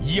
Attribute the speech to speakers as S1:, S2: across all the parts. S1: 以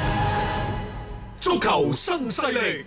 S1: 足球新勢力，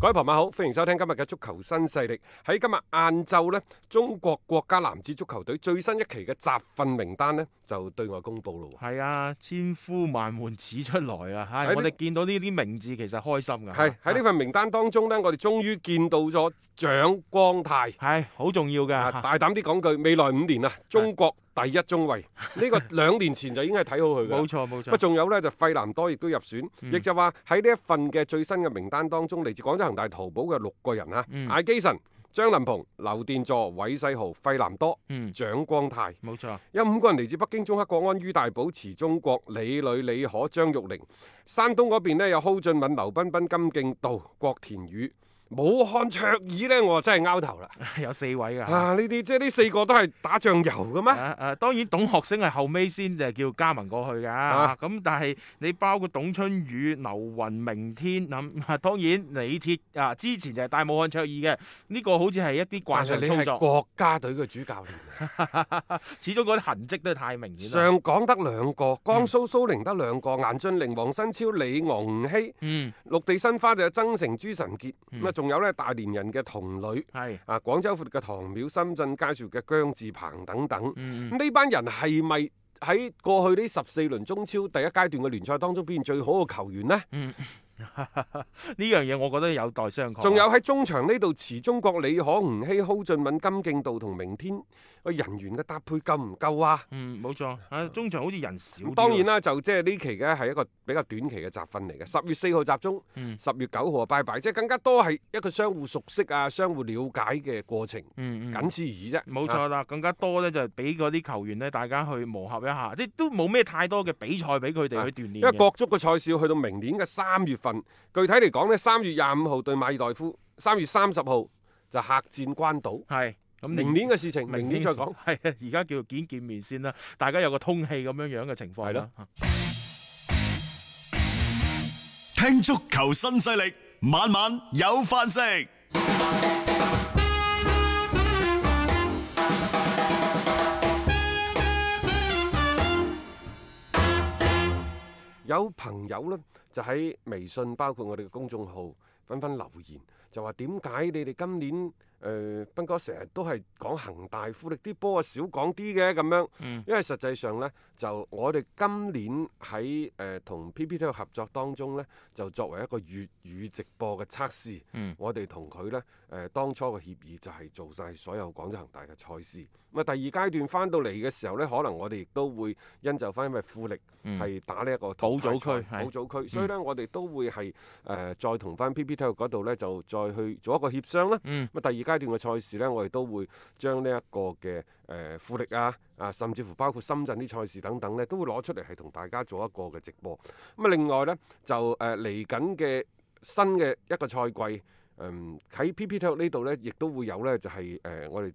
S2: 各位朋友好，歡迎收聽今日嘅足球新勢力。喺今日晏晝呢，中國國家男子足球隊最新一期嘅集訓名單呢，就對外公佈咯喎。
S3: 係啊，千呼萬喚始出來啦！唉、
S2: 喺呢
S3: 我哋見到呢啲名字其實開心㗎。
S2: 係喺呢
S3: 呢
S2: 份名單當中呢，我哋終於見到咗蔣光泰。
S3: 係好重要㗎。
S2: 啊！大膽啲講句，未來五年啊，中國第一中衞呢個兩年前就已經係睇好佢㗎啦。
S3: 冇錯冇
S2: 不過
S3: 錯。
S2: 仲有呢，就費南多亦都入選，亦就話喺呢一份嘅最新嘅名單當中，嚟自廣州恒大淘寶嘅六個人嚇，
S3: 嗯
S2: 艾基臣、張琳芃、劉殿座、韋世豪、費南多、
S3: 嗯，
S2: 蔣光泰。
S3: 冇錯。
S2: 有五個人嚟自北京中克國安、於大寶、池忠國、李磊、李可、張玉寧。山東嗰邊呢有蒿俊閔、劉彬彬、金敬道、郭田雨。武漢卓爾呢，我真係拗頭啦！
S3: 有四位㗎。啊
S2: 啊，呢啲即係呢四個都係打醬油嘅
S3: 誒、
S2: 咩？
S3: 啊當然董學升係後尾先就叫加盟過去㗎，咁、
S2: 啊
S3: 但係你包括董春雨、劉雲、明天咁、 啊，當然李鐵啊，之前就係戴武漢卓爾嘅，呢、個好似係一啲慣
S2: 但係
S3: 常
S2: 你
S3: 操
S2: 係
S3: 作，
S2: 國家隊嘅主教練，
S3: 始終嗰啲痕跡都係太明顯啦。
S2: 上港得兩
S3: 嗯
S2: 個，江蘇蘇寧得兩個，顏駿凌、黃新超、李昂、吳曦，
S3: 嗯，
S2: 綠地申花就有曾誠、朱晨傑，咁啊
S3: 嗯
S2: 仲有呢大連人嘅童磊，
S3: 係，
S2: 啊廣州富力嘅唐淼、深圳佳兆業嘅姜志鵬等等。
S3: 嗯嗯
S2: 呢班人係咪喺過去呢十四輪中超第一階段嘅聯賽當中表現最好嘅球員呢？
S3: 嗯，呢樣嘢我覺得有待商榷。
S2: 仲有喺中場呢度，持中國李可、吳曦、蒿俊閔、金敬道同明天個人員嘅搭配夠唔夠啊？
S3: 嗯，冇錯，啊，中場好似人少啲喎。
S2: 當然啦，就即係呢期嘅係一個比較短期嘅集訓嚟嘅，十月四號集中，
S3: 嗯，
S2: 十月九號啊拜拜，即係更加多係一個相互熟悉啊、相互了解嘅過程，
S3: 嗯嗯，
S2: 僅此而已啫。
S3: 冇
S2: 啊，
S3: 錯啦，更加多咧就係俾嗰啲球員咧，大家去磨合一下，即係都冇咩太多嘅比賽俾佢
S2: 啊
S3: 哋去鍛鍊嘅。
S2: 因為國足嘅賽事要去到明年嘅三月份，具體嚟講呢，三月廿五號對馬爾代夫，三月三十號就客戰關島。
S3: 係咁，
S2: 明年嘅事情，明年再講。
S3: 係啊，而家叫見見面先啦，大家有個通氣咁樣樣嘅情況
S2: 係咯
S3: 啦。
S4: 聽足球新勢力，晚晚有飯食。
S2: 有朋友呢，就喺微信，包括我哋嘅公眾號，紛紛留言，就話點解你哋今年誒、呃斌哥成日都係講恒大富力啲波啊，少講啲嘅咁樣。
S3: 嗯
S2: 因為實際上呢，就我哋今年喺誒同 PP 體育合作當中呢，就作為一個粵語直播嘅測試，
S3: 嗯
S2: 我哋同佢呢，誒、呃當初嘅協議就係做晒所有廣州恒大嘅賽事。咁啊，第二階段翻到嚟嘅時候呢，可能我哋亦都會因就翻，因為富力
S3: 嗯
S2: 係打呢一個
S3: 保組
S2: 淘
S3: 區
S2: 汰賽
S3: 係嗯
S2: 保組區，所以呢，我哋都會係誒、再同翻 PP 體育嗰度呢，就再去做一個協商啦。
S3: 嗯
S2: 咁啊，第二階段嘅賽事呢，我哋都會將呢一個嘅誒、富力啊，啊甚至乎包括深圳啲賽事等等呢，都會攞出嚟係同大家做一個嘅直播。咁啊，另外呢，就誒嚟緊嘅新嘅一個賽季，嗯喺 PP Talk 呢度呢，亦都會有呢，就係、誒我哋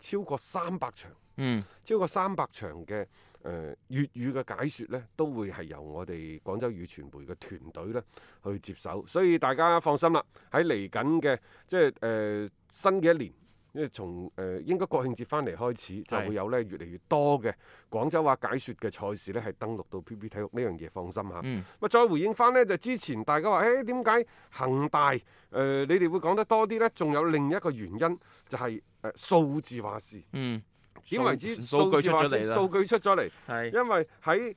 S2: 超過三百場，
S3: 嗯，
S2: 超過三百場嘅誒、呃粵語嘅解説呢，都會係由我哋廣州語傳媒嘅團隊呢去接手，所以大家放心啦。喺嚟緊嘅即係誒、呃新嘅一年，因為從誒、呃、應該國慶節翻嚟開始，就
S3: 係
S2: 會有呢越嚟越多嘅廣州話解説嘅賽事呢係登陸到 PP 體育呢樣嘢，放心嚇。
S3: 嗯
S2: 咁啊再回應翻呢，就之前大家話，誒點解恒大誒、呃呃你哋會講得多啲呢？仲有另一個原因就係、誒、數字話事。
S3: 嗯，
S2: 點為之
S3: 數
S2: 數
S3: 據
S2: 字
S3: 出
S2: 化
S3: 咗
S2: 先
S3: 嚟啦
S2: 數據出咗嚟，
S3: 係
S2: 因為喺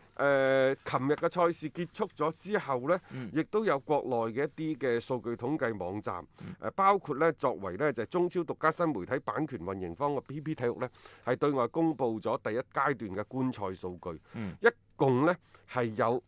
S2: 誒琴日嘅賽事結束咗之後呢，
S3: 嗯
S2: 亦都有國內嘅一啲嘅數據統計網站，誒、
S3: 嗯
S2: 包括呢作為呢就係、中超獨家新媒體版權運營方嘅 PP 體育呢，係對外公布咗第一階段嘅觀賽數據，
S3: 嗯
S2: 一共呢係有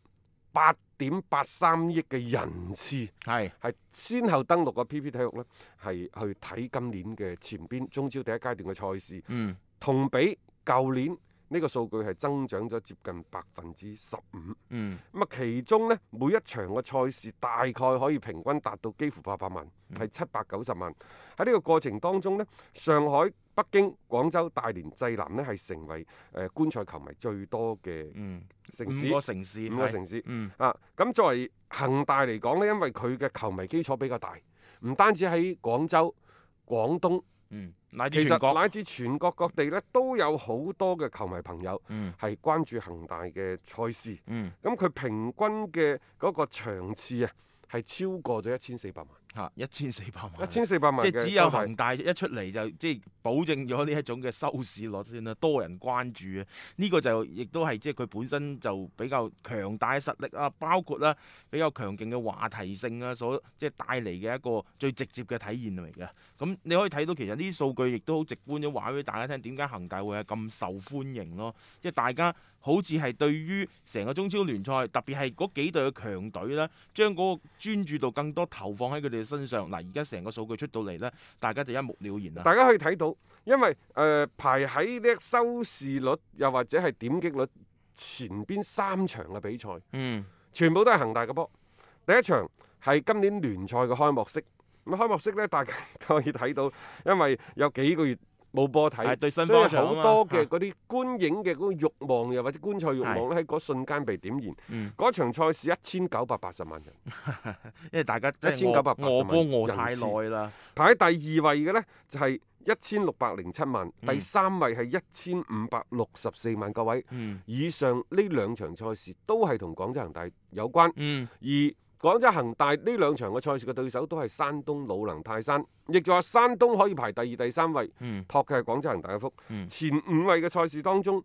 S2: 八點八三億嘅人次。
S3: 係
S2: 係先後登錄個 PP 體育呢，係去睇今年嘅前邊中超第一階段嘅賽事，
S3: 嗯。
S2: 同比舊年呢個數據係增長咗接近百分之十五。
S3: 嗯，
S2: 咁啊，其中呢，每一場嘅賽事大概可以平均達到幾乎八百萬，
S3: 嗯
S2: 係七百九十萬。喺呢個過程當中呢，上海、北京、廣州、大連、濟南呢，係成為誒、呃、觀賽球迷最多嘅
S3: 嗯，
S2: 城市
S3: 五。個城市，
S2: 五個
S3: 係
S2: 城市
S3: 嗯
S2: 啊，咁作為恒大嚟講呢，因為佢嘅球迷基礎比較大，唔單止喺廣州、廣東，
S3: 嗯，乃至
S2: 其
S3: 全
S2: 實
S3: 國，
S2: 乃至全國各地呢，都有好多嘅球迷朋友
S3: 嗯
S2: 係關注恒大嘅賽事。
S3: 嗯
S2: 咁佢平均嘅嗰個場次啊，係超過咗一千四百萬，
S3: 嚇一千四百萬，
S2: 一千四百萬
S3: 即
S2: 嘅
S3: 係只有
S2: 收睇
S3: 恒大一出嚟就即係保證咗呢一種嘅收視率先啦，多人關注啊！呢、個就亦都係即係佢本身就比較強大嘅實力啊，包括啦比較強勁嘅話題性啊，所即係帶嚟嘅一個最直接嘅體現嚟嘅。咁你可以睇到其實呢啲數據亦都好直觀咗話俾大家聽，點解恒大會係咁受歡迎咯？即係大家好似係對於成個中超聯賽，特別係嗰幾隊嘅強隊啦，將嗰個專注度更多投放喺佢哋嘅身上。嗱，而家成個數據出到嚟呢，大家就一目了然啦。
S2: 大家可以睇到，因為誒、呃排喺呢收視率又或者係點擊率前邊三場嘅比賽，
S3: 嗯，
S2: 全部都係恒大嘅波。第一場係今年聯賽嘅開幕式，咁開幕式呢，大家可以睇到，因為有幾個月冇波睇，
S3: 係對新
S2: 所以
S3: 波場啊
S2: 好
S3: 嘛
S2: 多嘅
S3: 嚇
S2: 嗰啲觀影嘅嗰個慾望，又或者觀賽慾望呢，喺嗰瞬間被點燃。
S3: 嗯
S2: 嗰場賽事一千九百八十萬人。
S3: 因為大家真係
S2: 1980
S3: 餓餓波
S2: 萬
S3: 餓
S2: 人
S3: 太
S2: 次
S3: 耐啦。
S2: 排喺第二位嘅呢，就係一千六百零七萬，
S3: 嗯
S2: 第三位係一千五百六十四萬。各位，
S3: 嗯
S2: 以上呢兩場賽事都係同廣州恒大有關，
S3: 嗯
S2: 而廣州恒大呢兩場嘅賽事嘅對手都係山東魯能泰山，亦就話山東可以排第二、第三位，
S3: 嗯
S2: 托嘅係廣州恒大嘅福。
S3: 嗯
S2: 前五位嘅賽事當中，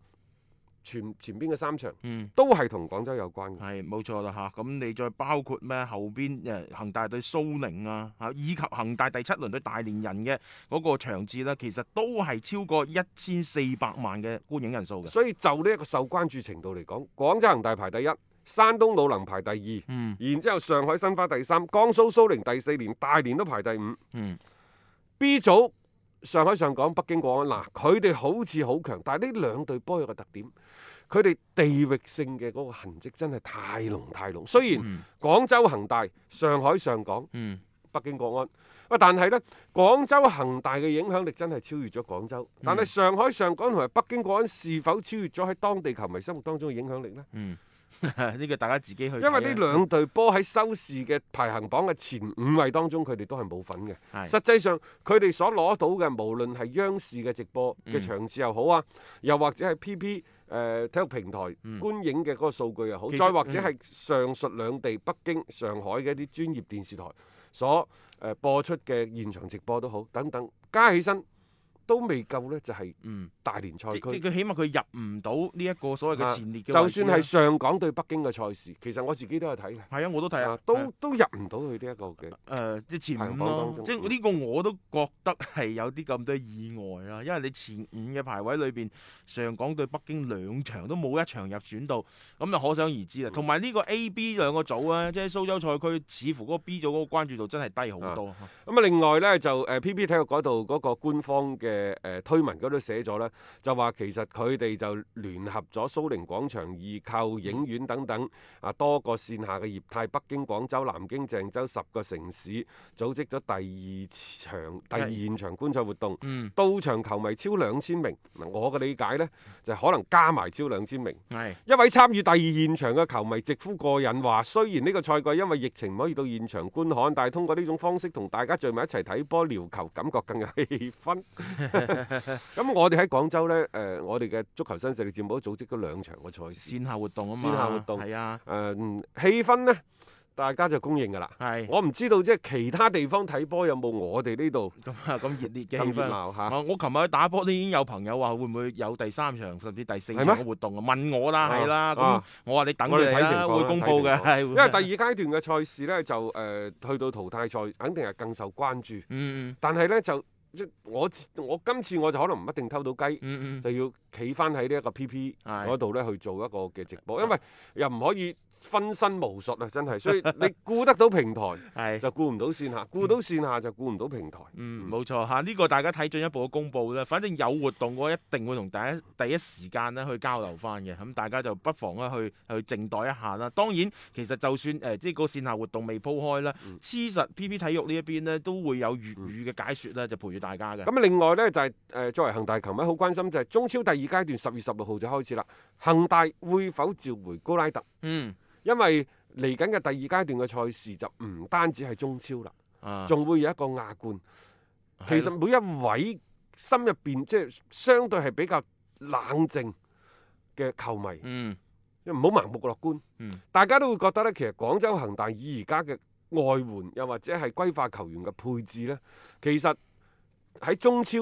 S2: 前前邊嘅三場
S3: 嗯。
S2: 都係同廣州有關嘅。
S3: 係冇錯啦嚇，咁你再包括咩後邊誒恒大對蘇寧啊嚇，以及恒大第七輪對大連人嘅嗰個場次呢，其實都係超過一千四百萬嘅觀影人數嘅。
S2: 所以就呢一個受關注程度嚟講，廣州恒大排第一，山東魯能排第二。
S3: 嗯
S2: 然之後上海申花第三，江蘇蘇寧第四，連大連都排第五。
S3: 嗯
S2: B 組上海上港、北京國安，嗱佢哋好似好強，但係呢兩隊波有個特點，佢哋地域性嘅嗰個痕跡真係太濃太濃。雖然
S3: 嗯
S2: 廣州恒大、上海上港、
S3: 嗯，
S2: 北京國安，喂，但係呢，廣州恒大嘅影響力真係超越咗廣州，但係上海上港同埋北京國安是否超越咗喺當地球迷心目當中嘅影響力呢？
S3: 呢個大家自己去睇啊。
S2: 因為呢兩隊波喺收視嘅排行榜嘅前五位當中，佢哋都係冇份嘅。
S3: 係
S2: 實際上佢哋所攞到嘅，無論係央視嘅直播
S3: 嗯
S2: 嘅場次又好啊，又或者係 PP 誒、體育平台、觀影嘅嗰個數據又好，
S3: 嗯其實嗯
S2: 再或者係上述兩地北京、上海嘅一啲專業電視台所誒、呃播出嘅現場直播都好，等等加起身都未夠呢，就係、
S3: 嗯，
S2: 大連賽
S3: 即
S2: 區
S3: 即。佢起碼佢入唔到呢一個所謂嘅前列嘅
S2: 就
S3: 位置
S2: 算
S3: 啦
S2: 係上港對北京嘅賽事，其實我自己都有睇嘅。
S3: 係啊，我都睇啊
S2: 啊，，都都入唔到佢呢一個嘅。
S3: 誒、即
S2: 排
S3: 係前
S2: 行
S3: 五
S2: 榜
S3: 咯
S2: 當，中
S3: 即係呢個我都覺得係有啲咁多意外啦，因為你前五嘅排位裏邊，上港對北京兩場都冇一場入選到，咁就可想而知啦。同埋呢個 A、B 兩個組啊，即係蘇州賽區，似乎嗰個 B 組嗰個關注度真係低好多。
S2: 咁啊，另外呢，就誒 PP 體育嗰度嗰個官方嘅誒、呃推文嗰度寫咗呢，就話其實佢哋就聯合咗蘇寧廣場、易購、影院等等啊多個線下嘅業態，北京、廣州、南京、鄭州十個城市組織咗第二場第二
S3: 係
S2: 現場觀賽活動。
S3: 嗯，
S2: 到場球迷超兩千名，嗱我嘅理解呢，就可能加埋超兩千名。
S3: 嗯係
S2: 一位參與第二現場嘅球迷直呼過癮，話雖然呢個賽季因為疫情唔可以到現場觀看，但係通過呢種方式同大家聚埋一齊睇波聊球，感覺更有氣 氛。咁我哋喺廣州呢，誒、呃我哋嘅足球新勢力節目都組織咗兩場嘅賽事，誒、
S3: 線下活動啊嘛，
S2: 線下活動
S3: 係啊，
S2: 嗯氣氛呢大家就公認㗎啦。
S3: 係
S2: 我唔知道即係其他地方睇波有冇我哋呢度
S3: 咁啊咁熱烈嘅
S2: 咁
S3: 氣
S2: 熱
S3: 氛。
S2: 鬧嚇。
S3: 我啊我琴日去打波都已經有朋友話會唔會有第三場甚至第四場
S2: 係
S3: 嘅
S2: 咩
S3: 活動啊？問我啦，
S2: 啊
S3: 係啦，咁
S2: 啊
S3: 我話你等
S2: 我
S3: 佢
S2: 哋睇情
S3: 啦，
S2: 況
S3: 會
S2: 啦
S3: 公
S2: 睇
S3: 佈
S2: 情
S3: 嘅，
S2: 況
S3: 係。
S2: 因為第二階段嘅賽事呢，就誒、呃去到淘汰賽，肯定係更受關注。
S3: 嗯
S2: 但係呢，就即我我今次我就可能唔一定偷到雞，
S3: 嗯嗯
S2: 就要企翻喺呢一個 PP
S3: 係
S2: 嗰度呢去做一個嘅直播，因為又唔可以分身無術啊， 真係。所以你顧得到平台
S3: 嗯，係。
S2: 就顧唔到線下，顧到線下就顧唔到平台。
S3: 嗯，
S2: 嗯
S3: 冇錯嚇，呢、個大家睇進一步嘅公佈啦。反正有活動嘅話，一定會同大家第一時間咧去交流翻嘅。咁大家就不妨咧去去靜待一下啦。當然，其實就算誒、呃即係個線下活動未鋪開啦，
S2: 嗯
S3: 黐實 PP 體育呢一邊呢，都會有粵語嘅解説啦，就陪住大家嘅。
S2: 咁另外呢，就係、呃作為恒大球迷好關心就係中超第二階段十月十六號就開始啦，恒大會否召回高拉特？
S3: 嗯
S2: 因為嚟緊嘅第二階段嘅賽事就唔單止係中超啦，
S3: 啊，
S2: 仲會有一個亞冠。其
S3: 係
S2: 實
S3: 咯
S2: 每一位心入邊即係相對係比較冷靜嘅球迷，
S3: 嗯
S2: 唔好盲目樂觀。
S3: 嗯
S2: 大家都會覺得呢，其實廣州恒大以而家嘅外援又或者係歸化球員嘅配置呢，其實喺中超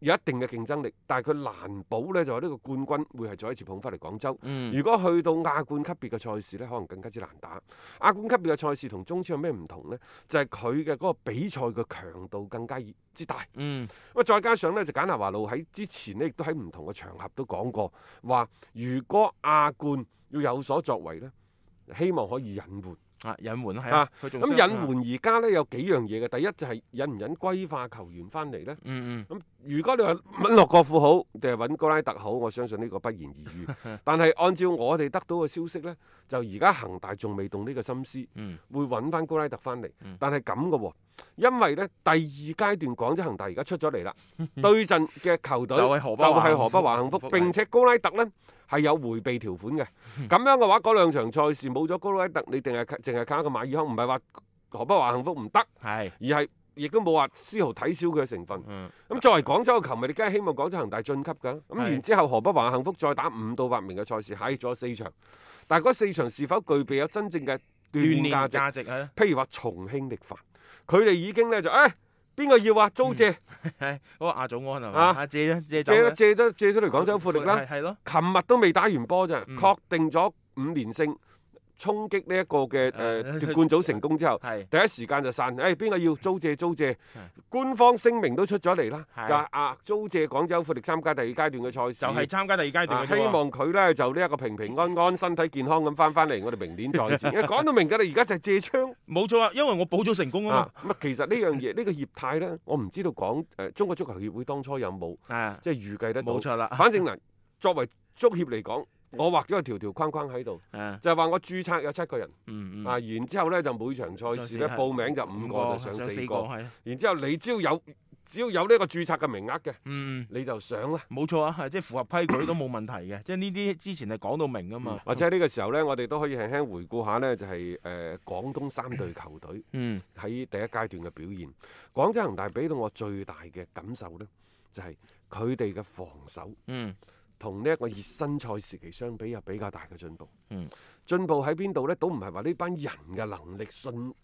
S2: 有一定嘅競爭力，但係佢難保呢，就係呢個冠軍會係再一次捧翻嚟廣州。
S3: 嗯
S2: 如果去到亞冠級別嘅賽事呢，可能更加之難打。亞冠級別嘅賽事同中超有咩唔同呢？就係佢嘅嗰個比賽嘅強度更加之大。
S3: 嗯
S2: 咁啊再加上呢，就簡拿華路喺之前呢，亦都喺唔同嘅場合都講過，話如果亞冠要有所作為呢，希望可以隱瞞。
S3: 啊隱瞞啦，係
S2: 啊
S3: 啊，佢仲
S2: 咁
S3: 傷
S2: 隱瞞而家呢，有幾樣嘢嘅，第一就係引唔引歸化球員翻嚟呢。
S3: 嗯
S2: 咁如果你話揾洛國富好定係揾高拉特好，我相信呢個不言而喻。 但係按照我哋得到嘅消息呢，就而家恒大仲未動呢個心思，
S3: 嗯
S2: 會揾翻高拉特翻嚟
S3: 嗯。
S2: 但係咁嘅喎，因為呢第二階段廣州恒大而家出咗 嚟啦，對陣嘅球隊
S3: 就係河北
S2: 就
S3: 華
S2: 係
S3: 幸
S2: 河北華幸福
S3: 福，係
S2: 並且高拉特呢係有迴避條款 嘅。咁樣嘅話，嗰兩場賽事冇咗高拉特，你定係淨係靠一個馬爾康，唔係話河北華幸福唔得，
S3: 嗯係
S2: 而係亦都冇話絲毫睇小佢嘅成分。
S3: 嗯
S2: 咁作為廣州嘅球迷，你梗係希望廣州恒大晉級㗎。咁
S3: 係
S2: 然之後，河北華夏幸福再打五到八名嘅賽事，喺咗四場。但係嗰四場是否具備有真正嘅
S3: 鍛
S2: 鍛鍊
S3: 鍊
S2: 價值？
S3: 價值啊係
S2: 譬如話重慶力帆，佢哋已經呢就誒邊個要啊租借
S3: 係嗰個亞祖安係嘛
S2: 啊
S3: 啊借借走
S2: 借
S3: 啦
S2: 借咗借咗嚟廣州富力啦嗯
S3: 係，係咯
S2: 琴日都未打完波咋，
S3: 嗯
S2: 確定咗五連勝，衝擊呢一個嘅
S3: 誒
S2: 誒奪冠組成功之後。
S3: 啊係
S2: 第一時間就散，誒邊個要租借租借
S3: 係？
S2: 官方聲明都出咗嚟啦，
S3: 係
S2: 就係啊租借廣州富力參加第二階段嘅賽事，
S3: 就係參加第二階段
S2: 啊
S3: 嘅
S2: 希
S3: 啫喎
S2: 望佢呢就呢一個平平安安、身體健康咁翻翻嚟，我哋明年再 戰。因為講到明㗎啦，而家就係借槍
S3: 冇錯啊，因為我補咗成功啊
S2: 啊！咁啊，其實呢樣嘢呢個業態呢，我唔知道講誒中國足球協會當初有冇
S3: 嘛，啊，
S2: 即係預計得到
S3: 冇。錯啦，
S2: 反正嗱，作為足協嚟講，我畫咗個條條框框喺度，
S3: 啊，
S2: 就係話我註冊有七個人
S3: 嗯嗯，
S2: 啊，然之後呢，就每場賽事呢
S3: 賽事係
S2: 報名就五個就
S3: 上
S2: 上四個。
S3: 個係，
S2: 然之後你只要有只要有呢個註冊嘅名額嘅，
S3: 嗯，
S2: 你就上啦。
S3: 冇錯啊，係即係符合規矩 都冇問題嘅，即係呢啲之前係講到明噶啊嘛，
S2: 或者呢個時候呢，我哋都可以輕輕回顧下呢，就係、誒、廣東三隊球隊
S3: 嗯
S2: 喺第一階段嘅表現。廣州恒大俾到我最大嘅感受呢，就係佢哋嘅防守
S3: 嗯
S2: 同呢一個熱身賽時期相比有比較大嘅進步。
S3: 嗯，
S2: 進步喺邊度呢？都唔係話呢班人嘅能力瞬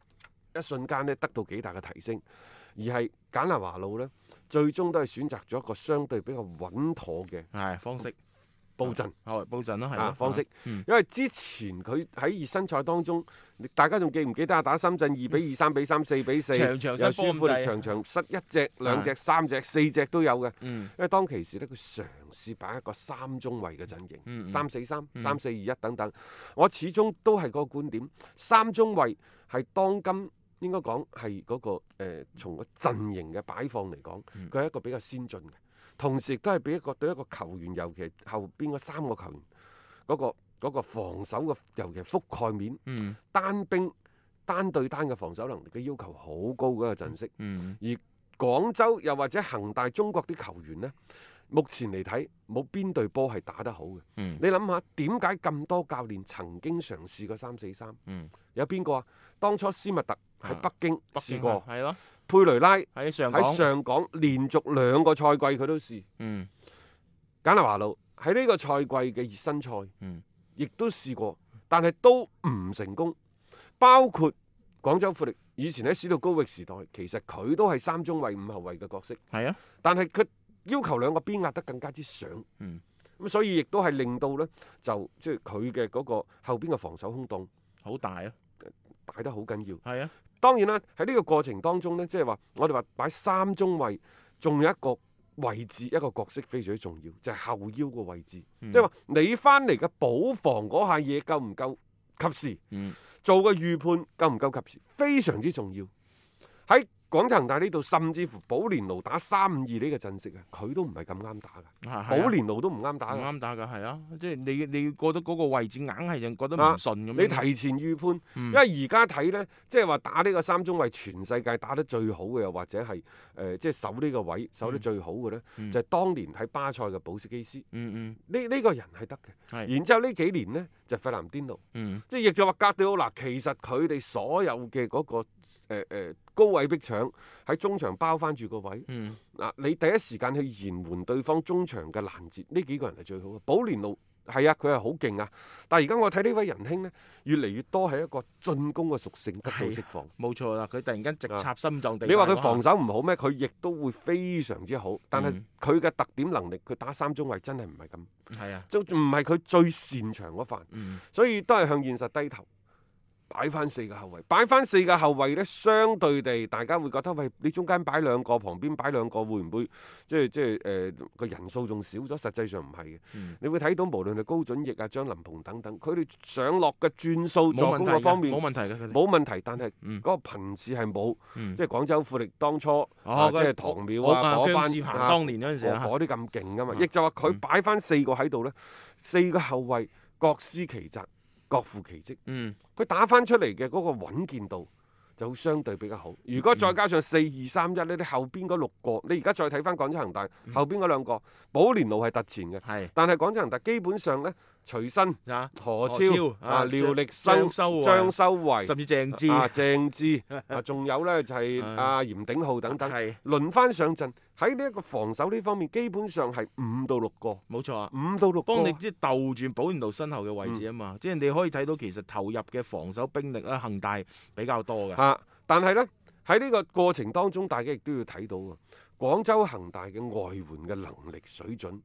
S2: 一瞬間呢得到幾大嘅提升，而係簡拿華路呢，最終都係選擇咗一個相對比較穩妥嘅
S3: 嗯係方式，
S2: 布陣。
S3: 好布陣嗯啦，係
S2: 啊
S3: 啦
S2: 方式，
S3: 嗯
S2: 因為之前佢喺熱身賽當中，你大家仲記唔記得啊？打深圳二比二、三比三、四比四，
S3: 場場失
S2: 又
S3: 波
S2: 輸
S3: 咁
S2: 富力
S3: 滯
S2: 場場失一隻、兩隻、三隻、四隻都有嘅。
S3: 啊嗯
S2: 因為當其時呢，佢嘗試擺一個三中衞嘅陣型，
S3: 嗯嗯
S2: 三四三、
S3: 嗯
S2: 三四二一等等。我始終都係嗰個觀點，三中衞係當今應該講係嗰個誒、呃，從個陣型嘅擺放嚟講，
S3: 嗯
S2: 佢係一個比較先進嘅，同時亦都係俾一個對一個球員，尤其係後邊嗰三個球員嗰、個嗰個防守嘅，尤其係覆蓋面
S3: 嗯
S2: 單兵單對單嘅防守能力嘅要求好高嘅一個陣式。
S3: 嗯
S2: 廣州又或者恒大中國啲球員呢，目前嚟睇冇邊隊波係打得好嘅。
S3: 嗯
S2: 你諗下，點解咁多教練曾經嘗試過三四三？
S3: 嗯，
S2: 有邊個啊？當初斯密特喺
S3: 啊
S2: 北京
S3: 北
S2: 試
S3: 京
S2: 過，
S3: 係咯，
S2: 佩雷拉
S3: 喺上
S2: 喺
S3: 港，
S2: 上港連續兩個賽季佢都試。
S3: 嗯
S2: 簡拿華路喺呢個賽季嘅熱身賽
S3: 嗯，
S2: 亦都試過，但係都唔成功。包括廣州富力以前喺史度高域時代，其實佢都係三中衞五後衞嘅角色，
S3: 係啊，
S2: 但係佢要求兩個邊壓得更加之上。
S3: 嗯
S2: 咁所以亦都係令到呢，就即係佢嘅嗰個後邊嘅防守空洞
S3: 好大啊，
S2: 大得好緊要。
S3: 係啊，
S2: 當然啦，喺呢個過程當中呢，即係話我哋話擺三中衞，仲有一個位置一個角色非常之重要，就係、後腰個位置。
S3: 嗯
S2: 即係話你翻嚟嘅補防嗰下嘢夠唔夠及時，
S3: 嗯
S2: 做嘅預判夠唔夠及時，非常之重要。喺廣州恒大呢度，甚至乎保連奴打三五二呢個陣式啊，佢都唔係咁啱打嘅，
S3: 啊係啊
S2: 保連奴都唔啱打
S3: 唔
S2: 嘅。
S3: 啱打㗎，係啊，即係你你覺得嗰個位置硬係就覺得
S2: 啊
S3: 唔順咁樣。
S2: 你提前預判，
S3: 嗯
S2: 因為而家睇呢，即係話打呢個三中衞，全世界打得最好嘅，又或者係誒、呃即係守呢個位守得最好嘅呢，
S3: 嗯
S2: 就係當年喺巴塞嘅保斯基斯，呢
S3: 嗯嗯
S2: 呢、個人係得嘅。
S3: 係
S2: 然之後呢幾年呢，就費南甸奴，
S3: 嗯
S2: 即係亦就話格迪奧拿，其實佢哋所有嘅嗰、個誒、呃呃高位逼搶喺中場包翻住個位。
S3: 嗯
S2: 嗱、你第一時間去延緩對方中場嘅攔截，呢幾個人係最好嘅。保連路係啊，佢係好勁啊，但係而家我睇呢位仁兄呢，越嚟越多係一個進攻嘅屬性得到釋放。
S3: 冇錯啦，佢突然間直插心啊臟地帶嗰下。
S2: 啊你話佢防守唔好咩？佢亦都會非常之好，但係
S3: 嗯
S2: 佢嘅特點能力，佢打三中衞真係唔係咁，
S3: 係啊，
S2: 就唔係佢最擅長嗰範，
S3: 嗯
S2: 所以都係向現實低頭。擺翻四個後衞，擺翻四個後衞呢，相對地，大家會覺得喂，你中間擺兩個，旁邊擺兩個，會唔會即係即係誒個人數仲少咗？實際上唔係嘅，
S3: 嗯
S2: 你會睇到無論係高準翼啊、張林鵬等等，佢哋上落嘅轉數、助
S3: 冇問
S2: 攻
S3: 題
S2: 嘅
S3: 嘅
S2: 方面
S3: 冇問題嘅佢哋。
S2: 冇問題，但係
S3: 嗯
S2: 嗰個頻次係冇，
S3: 嗯
S2: 即係廣州富力當初啊
S3: 哦，
S2: 即
S3: 嗰
S2: 係
S3: 個
S2: 唐淼啊
S3: 我
S2: 嗰
S3: 姜志鵬
S2: 班啊
S3: 當年嗰陣時啊
S2: 嗰嗰啲咁勁噶嘛，
S3: 啊
S2: 亦就話佢擺翻四個喺度呢，四個後衞各司其責，各負其職。
S3: 嗯
S2: 佢打翻出嚟嘅嗰個穩健度就相對比較好。如果再加上四二三一呢，你後邊嗰六個，你而家再睇翻廣州恒大
S3: 嗯
S2: 後邊嗰兩個，保連奴係突前嘅，
S3: 係
S2: 但係廣州恒大基本上呢，徐新、
S3: 啊，
S2: 何
S3: 何
S2: 超
S3: 超
S2: 啊、
S3: 啊
S2: 廖力生、
S3: 張修
S2: 張修維。
S3: 甚至鄭智
S2: 啊鄭 智啊，仲有呢就係
S3: 唉
S2: 阿嚴鼎浩等等，
S3: 啊係
S2: 輪翻上陣喺呢一個防守呢方面，基本上係五到六個，
S3: 冇錯啊。
S2: 五到六個
S3: 幫你即係鬥轉保連奴身後嘅位置啊嘛，
S2: 嗯
S3: 即係你可以睇到其實投入嘅防守兵力啦，恒大比較多嘅。
S2: 啊！但係呢，喺呢個過程當中，大家亦都要睇到啊，廣州恒大嘅外援嘅能力水準，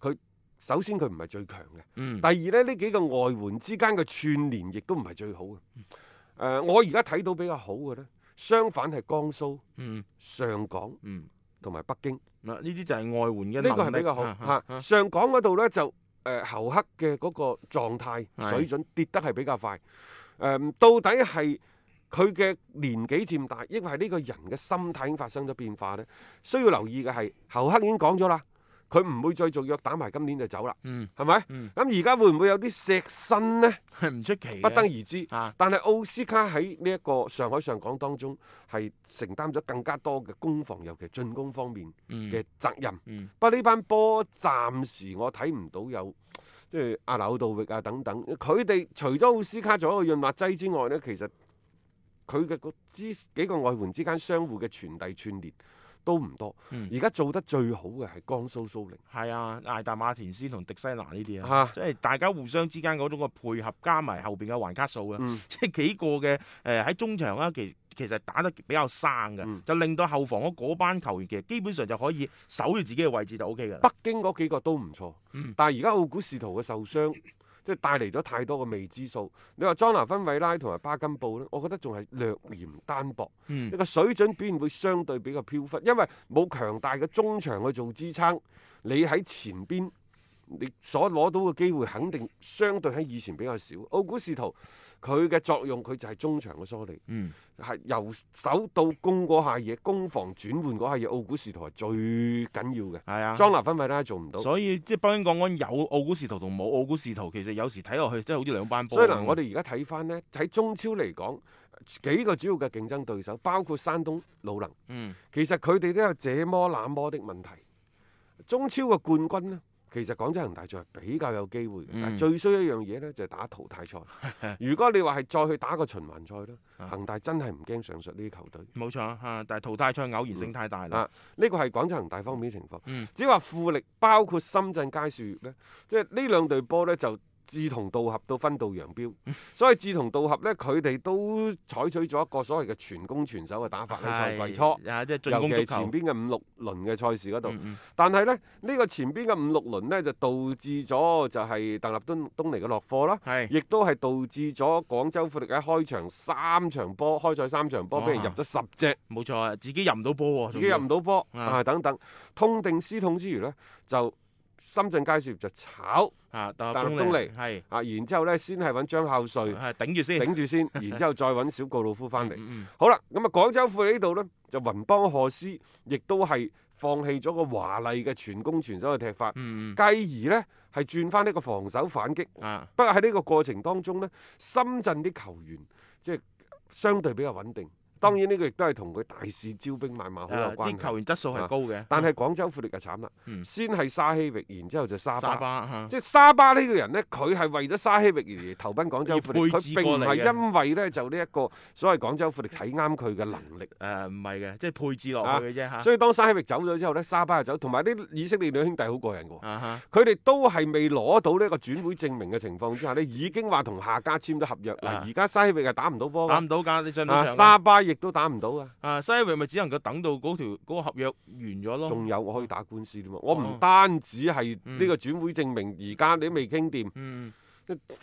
S2: 佢首先佢唔係最強嘅。
S3: 嗯
S2: 第二呢，呢幾個外援之間嘅串連亦都唔係最好嘅。誒、
S3: 嗯
S2: 我而家睇到比較好嘅呢，相反係江蘇、
S3: 嗯
S2: 上港
S3: 嗯，
S2: 同埋北京。
S3: 嗱呢啲就係外援嘅
S2: 呢個係
S3: 能力
S2: 比較好
S3: 啊啊
S2: 嚇。
S3: 啊
S2: 上港嗰度呢，就誒侯克嘅嗰個狀態
S3: 係
S2: 水準跌得係比較快。誒、呃到底係佢嘅年紀漸大，抑或係呢個人嘅心態已經發生咗變化呢？需要留意嘅係侯克已經講咗啦，佢唔會再續約，打埋今年就走啦，
S3: 嗯
S2: 係咪？
S3: 嗯
S2: 咁而家會唔會有啲石身呢？
S3: 係啊唔出奇嘅
S2: 不得而知。
S3: 啊
S2: 但係奧斯卡喺呢一個上海上港當中係承擔咗更加多嘅攻防，尤其係進攻方面
S3: 嗯
S2: 嘅責任。
S3: 嗯
S2: 不過呢班波暫時我睇唔到有即係阿柳道域啊等等，佢哋除咗奧斯卡做一個潤滑劑之外呢，其實佢嘅個之幾個外援之間相互嘅傳遞串連都唔多。
S3: 嗯
S2: 而家、做得最好嘅係江蘇蘇寧。
S3: 係啊，艾達馬田斯同迪西拿呢啲
S2: 啊
S3: 啊，即係大家互相之間嗰種嘅配合，加埋後邊嘅環卡數啊，
S2: 嗯
S3: 即係幾個嘅誒喺中場啦，其其實打得比較生嘅，
S2: 嗯
S3: 就令到後防嗰嗰班球員其實基本上就可以守住自己嘅位置就 O K 㗎啦。
S2: 北京嗰幾個都唔錯，
S3: 啊嗯
S2: 但係而家奧古士圖嘅受傷，即係帶嚟咗太多嘅未知數。你話莊拿芬維拉同埋巴金布呢，我覺得仲係略嫌單薄，
S3: 嗯
S2: 呢個水準表現會相對比較飄忽，因為冇強大嘅中場去做支撐，你喺前邊。你所攞到嘅機會肯定相對喺以前比較少。奧古士圖佢嘅作用佢就係中場嘅梳理，
S3: 嗯，
S2: 係由守到攻嗰下嘢，攻防轉換嗰下嘢，奧古士圖係最緊要嘅。
S3: 係啊。
S2: 莊拿芬維拉做唔到。
S3: 所以即係北京港安有奧古士圖同冇奧古士圖，其實有時睇落去真係好似兩班波
S2: 所
S3: 咁。
S2: 以嗱，我哋而家睇翻呢，喺中超嚟講，幾個主要嘅競爭對手，包括山東魯能，
S3: 嗯
S2: 其實佢哋都有這麼那麼的問題。中超嘅冠軍呢，其實廣州恒大仲係比較有機會嘅，但係
S3: 嗯
S2: 最衰一樣嘢呢，就係打淘汰賽。 如果你話係再去打個循環賽呢，
S3: 啊
S2: 恒大真係唔驚上述呢啲球隊。
S3: 冇錯啊，但係淘汰賽偶然性太大啦。
S2: 啊，呢個係廣州恒大方面嘅情況。
S3: 嗯
S2: 只話富力包括深圳佳兆業呢，即係呢兩隊波呢，就志同道合到分道揚镳。
S3: 嗯
S2: 所以志同道合呢，佢哋都採取咗一個所謂嘅全攻全守嘅打法喺賽季初，
S3: 係啊，即係進
S2: 尤
S3: 攻
S2: 其
S3: 足
S2: 係前
S3: 球。
S2: 邊嘅五六輪嘅賽事嗰度。
S3: 嗯嗯
S2: 但係呢，呢、個前邊嘅五六輪呢，就導致咗就係鄧立敦東尼嘅落課啦。
S3: 係
S2: 亦都係導致咗廣州富力喺開場三場波，開賽三場波俾人入咗十隻，
S3: 冇錯啊，自己入唔到波喎，
S2: 自己入唔
S3: 到。
S2: 到波
S3: 啊
S2: 啊等等，痛定思痛之餘呢，就深圳佳兆業就炒
S3: 啊，但
S2: 但
S3: 係
S2: 東尼
S3: 係
S2: 啊，然之後呢，先係揾張孝瑞
S3: 係頂住先。
S2: 頂住 先，然之後再揾小告魯夫翻嚟。
S3: 啊嗯嗯
S2: 好啦，咁啊廣州富力呢度呢，就雲邦賀斯亦都係放棄咗個華麗嘅全攻全守嘅踢法，
S3: 嗯嗯
S2: 繼而呢，係轉翻呢個防守反擊。
S3: 嗯啊，
S2: 不過喺呢個過程當中呢，深圳啲球員即係相對比較穩定。當然呢個亦都係同佢大肆招兵買馬好有
S3: 誒
S2: 關
S3: 啊啲
S2: 係。啊
S3: 球員質素係高嘅。
S2: 但係廣州富力就慘啦，
S3: 嗯
S2: 先係沙希域，然之後就沙
S3: 沙
S2: 巴。
S3: 巴啊嚇
S2: 即係沙巴呢個人呢，佢係為咗沙希域而投奔廣州富力，
S3: 而配
S2: 佢
S3: 置
S2: 並
S3: 過
S2: 唔
S3: 嚟
S2: 係
S3: 嘅
S2: 因為呢就呢一個所謂廣州富力睇啱佢嘅能力。
S3: 誒唔係嘅，即係配置落去嘅啫嚇。
S2: 啊所以當沙希域走咗之後呢，沙巴就走，同埋啲以色列兩兄弟好過癮喎。
S3: 啊哈
S2: 佢哋都係未攞到呢個轉會證明嘅情況之下呢已經話同下家簽咗合約。嗱，
S3: 啊
S2: 而家西域係打唔到波
S3: 打
S2: 㗎，
S3: 唔到㗎，你上唔到
S2: 啊
S3: 場啦
S2: 沙巴亦都打唔到啊。
S3: 啊，西域咪只能夠等到嗰條嗰個合約完咗咯。
S2: 仲有我可以打官司添啊！我唔
S3: 哦
S2: 單止係
S3: 嗯
S2: 呢個轉會證明，而家你都未傾掂。
S3: 嗯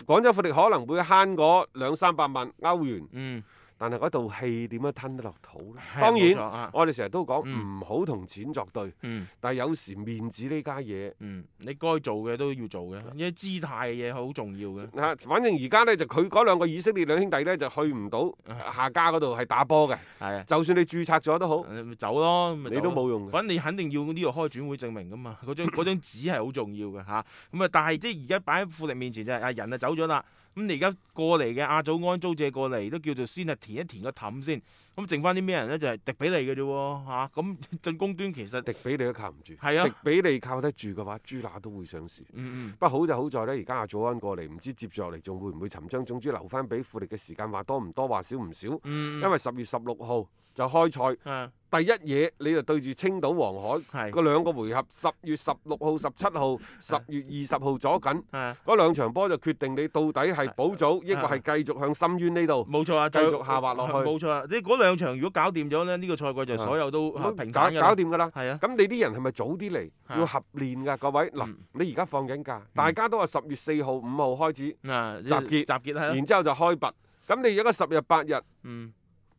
S2: 廣州富力可能會慳嗰兩三百萬歐元，
S3: 嗯，
S2: 但係嗰度氣點樣吞得落肚呢？
S3: 係
S2: 當
S3: 冇錯
S2: 然，
S3: 啊，
S2: 我哋成日都講
S3: 嗯
S2: 唔好同錢作對，
S3: 嗯
S2: 但係有時面子呢家嘢。
S3: 嗯，你該做嘅都要做嘅，因為姿態嘅嘢好重要嘅。
S2: 嚇，啊反正而家呢，就佢嗰兩個以色列兩兄弟呢，就去唔到下家嗰度係打波嘅，
S3: 啊係嗯啊，
S2: 就算你註冊咗都好，
S3: 誒咪走咯，咪
S2: 你
S3: 走
S2: 都
S3: 咯
S2: 冇用嘅。
S3: 反正你肯定要呢度開轉會證明噶嘛，嗰 張嗰張紙係好重要嘅嚇。咁啊，但係即係而家擺喺富力面前就係、啊人啊走咗啦，咁你而家過嚟嘅阿祖安租借過嚟都叫做先係填一填個氹先，咁剩翻啲咩人咧就係、迪比利嘅啫喎嚇。咁、進攻端其實
S2: 迪比利都靠唔住，
S3: 係啊
S2: 迪比利靠得住嘅話，朱拿都會上市。
S3: 嗯
S2: 不過好就好在呢，而家阿祖安過嚟，唔知接住落嚟仲會唔會尋章。總之留翻俾富力嘅時間話多唔多，話少唔少。
S3: 嗯嗯，
S2: 因為十月十六號就開賽，
S3: 啊
S2: 第一嘢你就對住青島黃海
S3: 係
S2: 嗰兩個回合，十月十六號、十七號、十月二十號左緊。
S3: 啊
S2: 嗰兩場波就決定你到底係保組，抑或係繼續向深淵呢度。
S3: 冇錯啊，
S2: 繼
S3: 就
S2: 續下滑落去
S3: 冇錯啊，即係嗰兩場如果搞掂咗咧，呢、個賽季就所有都啊
S2: 咁
S3: 平
S2: 嗯搞
S3: 坦㗎
S2: 搞
S3: 啦。
S2: 掂㗎啦。
S3: 係啊，
S2: 咁你啲人係咪早啲嚟？
S3: 啊
S2: 要合練㗎，各位。嗱
S3: 嗯，
S2: 你而家放緊假，大家都話十月四號、五號開始，
S3: 嗱
S2: 集結
S3: 嗯
S2: 嗯
S3: 集結係啦，
S2: 然之後就開拔。咁你而家十日八日，
S3: 嗯，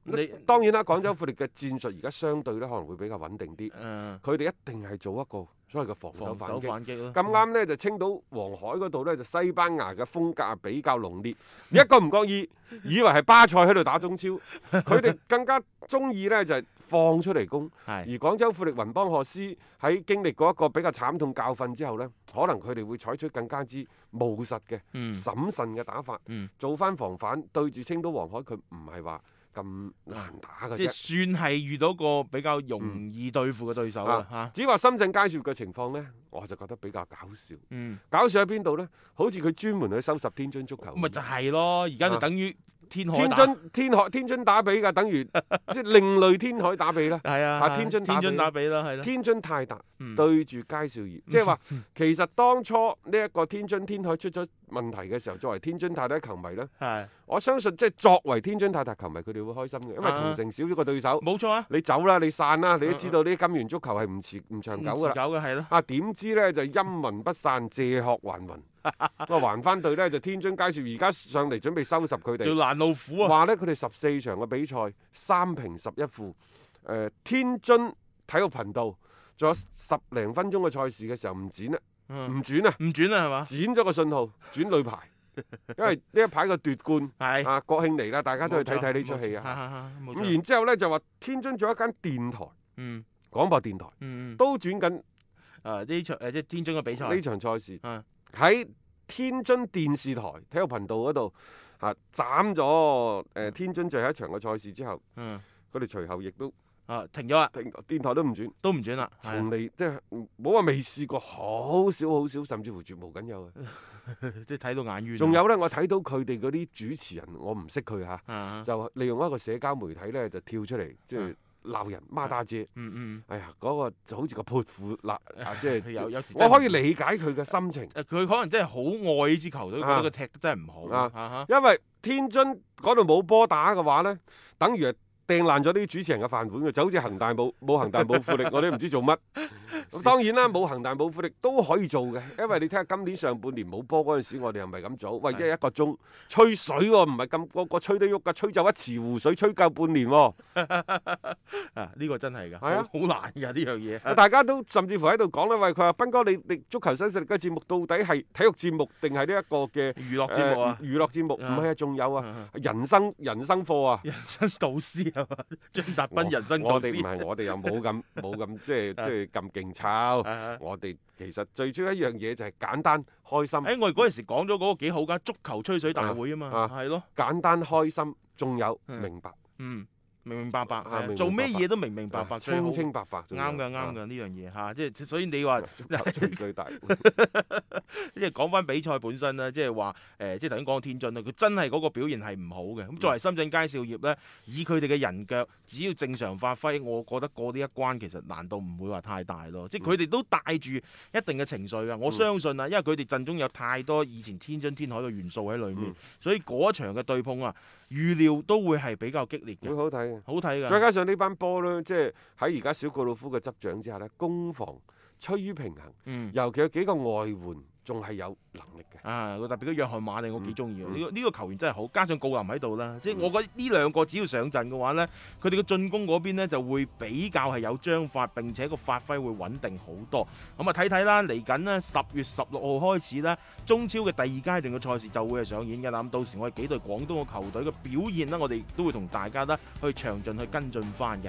S3: 你
S2: 當然啦，廣州富力嘅戰術而家相對咧可能會比較穩定啲。
S3: 誒
S2: 佢哋一定係做一個所謂嘅防守
S3: 呃防
S2: 反
S3: 守
S2: 擊。
S3: 反擊咯，
S2: 咁啱呢，就青島黃海嗰度呢，就西班牙嘅風格比較濃烈，一個唔覺 意以為係巴塞喺度打中超，佢哋更加中意呢，就係、放出嚟攻。而
S3: 係。
S2: 廣州富力雲邦賀斯喺經歷過一個比較慘痛教訓之後呢，可能佢哋會採取更加之務實嘅、
S3: 嗯
S2: 審慎嘅打法，
S3: 嗯
S2: 做翻防反對住青島黃海，佢唔係話咁難打嘅
S3: 即係
S2: 啫。
S3: 算係遇到個比較容
S2: 嗯
S3: 易對付嘅對手啦啊嚇。
S2: 只啊話深圳街少嘅情況呢，我就覺得比較搞笑。
S3: 嗯，
S2: 搞笑喺邊度呢？好似佢專門去收拾天津足球。
S3: 咪就係咯，而家就等於天海
S2: 啊天
S3: 打
S2: 津天海天津打比㗎，等於 即係另類天海打比啦。
S3: 係
S2: 啊
S3: 啊，
S2: 天津打
S3: 天津
S2: 比
S3: 打比啦，係啦。
S2: 天津泰達
S3: 嗯
S2: 對住佳兆 業，即係話其實當初呢一個天津天海出咗問題嘅時候，作為天津泰達球迷呢，
S3: 係
S2: 我相信即係作為天津泰達球迷，佢哋會開心嘅，因為
S3: 啊
S2: 同城少咗個對手，
S3: 冇錯啊，
S2: 你走啦，你散啦，你都
S3: 嗯
S2: 知道呢啲金元足球係唔持唔長久㗎
S3: 唔持
S2: 啦。
S3: 久嘅係咯。
S2: 啊！點知呢？就陰魂不散，借殼還 魂。咁啊，還翻隊呢，就天津佳兆業而家上嚟準備收拾佢哋
S3: 做。攔路虎啊！
S2: 話呢，佢哋十四場嘅比賽三平十一負。誒、天津體育頻道仲有十零分鐘嘅賽事嘅時候唔剪啦，
S3: 嗯
S2: 唔轉啊，
S3: 唔轉啦係嘛？
S2: 剪咗個信號，轉女 排，因為呢一排嘅奪冠
S3: 係。
S2: 啊，國慶嚟啦，大家都去睇睇呢出戲啊。
S3: 啊！冇
S2: 咁
S3: 錯。
S2: 然之後呢，就話天津仲有一間電台
S3: 嗯
S2: 廣播電台
S3: 嗯。
S2: 都轉緊
S3: 誒呢場誒即係天津嘅比賽。
S2: 呢場賽事
S3: 啊
S2: 喺天津電視台體育頻道嗰度啊，斬咗誒天津最後一場嘅賽事之後，
S3: 嗯。
S2: 佢哋隨後亦都。
S3: 啊停咗啦，
S2: 電電台都唔轉，
S3: 都唔轉啦。係啊
S2: 從嚟即係冇話未試過，好少好少，甚至乎絕無
S3: 嗯
S2: 僅有嘅。
S3: 即係睇到眼冤啊。
S2: 仲有呢，我睇到佢哋嗰啲主持人，我唔識佢嚇，
S3: 啊
S2: 就利用一個社交媒體呢，就跳出嚟，即係
S3: 嗯
S2: 鬧人孖打姐，
S3: 嗯嗯，
S2: 哎呀，嗰、個就好似個潑婦辣啊，即係
S3: 有有時
S2: 我
S3: 真係
S2: 可以理解佢嘅心情，
S3: 誒佢可能真係好愛呢支球隊，覺
S2: 啊
S3: 得佢踢得真係唔好
S2: 啊
S3: 啊
S2: 因為天津嗰度冇波打嘅話呢，等於係掟爛咗啲主持人嘅飯碗嘅，就好似恒大冇冇恒大冇富力，我哋都唔知做 乜。咁當然啦，冇恒大冇富力都可以做嘅，因為你睇下今年上半年冇波嗰陣時，我哋係咪咁做？喂，一
S3: 係
S2: 一個鐘吹水喎、唔係咁個個吹得喐㗎，吹就一池湖水，吹夠半年喎、
S3: 啊！呢個真係㗎，
S2: 係啊
S3: 好好難㗎呢樣嘢。
S2: 大家都甚至乎喺度講咧，喂，佢話斌哥，你你足球新勢力嘅節目到底係體育節目定係呢一個嘅
S3: 娛樂節目啊
S2: 呃娛樂節目唔
S3: 啊
S2: 係啊，仲有啊，
S3: 啊
S2: 人生人生課啊。
S3: 人生導師係嘛？ 張達
S2: 我
S3: 斌人生導
S2: 我哋唔
S3: 師。
S2: 係，我哋又冇 咁冇咁即係即係咁勁
S3: 啊
S2: 炒。
S3: 啊
S2: 我哋其實最主要一樣嘢就係簡單開心，
S3: 哎誒，我哋嗰陣時講咗嗰個幾好㗎，足球吹水大會啊嘛，
S2: 啊
S3: 係咯，
S2: 簡單開心，仲有
S3: 嗯
S2: 明白，
S3: 嗯，明明白白，
S2: 啊
S3: 係啊
S2: 明明
S3: 做咩
S2: 白白
S3: 嘢都明明白白，最好
S2: 啊清清白白。
S3: 啱㗎，啱㗎，呢樣嘢嚇，即係所以 你話
S2: 㗎。足球啊最最大，
S3: 即係講翻比賽本身啦，即係話誒，即係頭先講天津啦，佢真係嗰個表現係唔好嘅。咁作為深圳佳兆業呢，以佢哋嘅人腳，只要正常發揮，我覺得過呢一關其實難度唔會話太大咯。即係佢哋都帶住一定嘅情緒㗎，我相信啊，因為佢哋陣中有太多以前天津天海嘅元素喺裏面，
S2: 嗯
S3: 所以嗰一場嘅對碰啊，預料都會係比較激烈
S2: 會
S3: 嘅，
S2: 好 睇嘅。啊
S3: 好睇
S2: 再
S3: 㗎。
S2: 加上呢班波呢，即係喺而家小告魯夫嘅執掌之下呢，攻防趨於平衡，
S3: 嗯。
S2: 尤其有幾個外援仲係有能力嘅。
S3: 啊！特別嘅約翰馬利，我幾中意啊
S2: 嗯
S3: 呢個呢個球員真係好，加上郜林喺度啦，即係我覺得呢兩個只要上陣嘅話呢，佢哋嘅進攻嗰邊呢就會比較係有章法，並且個發揮會穩定好多。咁啊睇睇啦，嚟緊呢十月十六號開始呢，中超嘅第二階段嘅賽事就會係上演㗎啦。咁到時我哋幾隊廣東嘅球隊嘅表現呢，我哋都會同大家呢去詳盡去跟進翻嘅。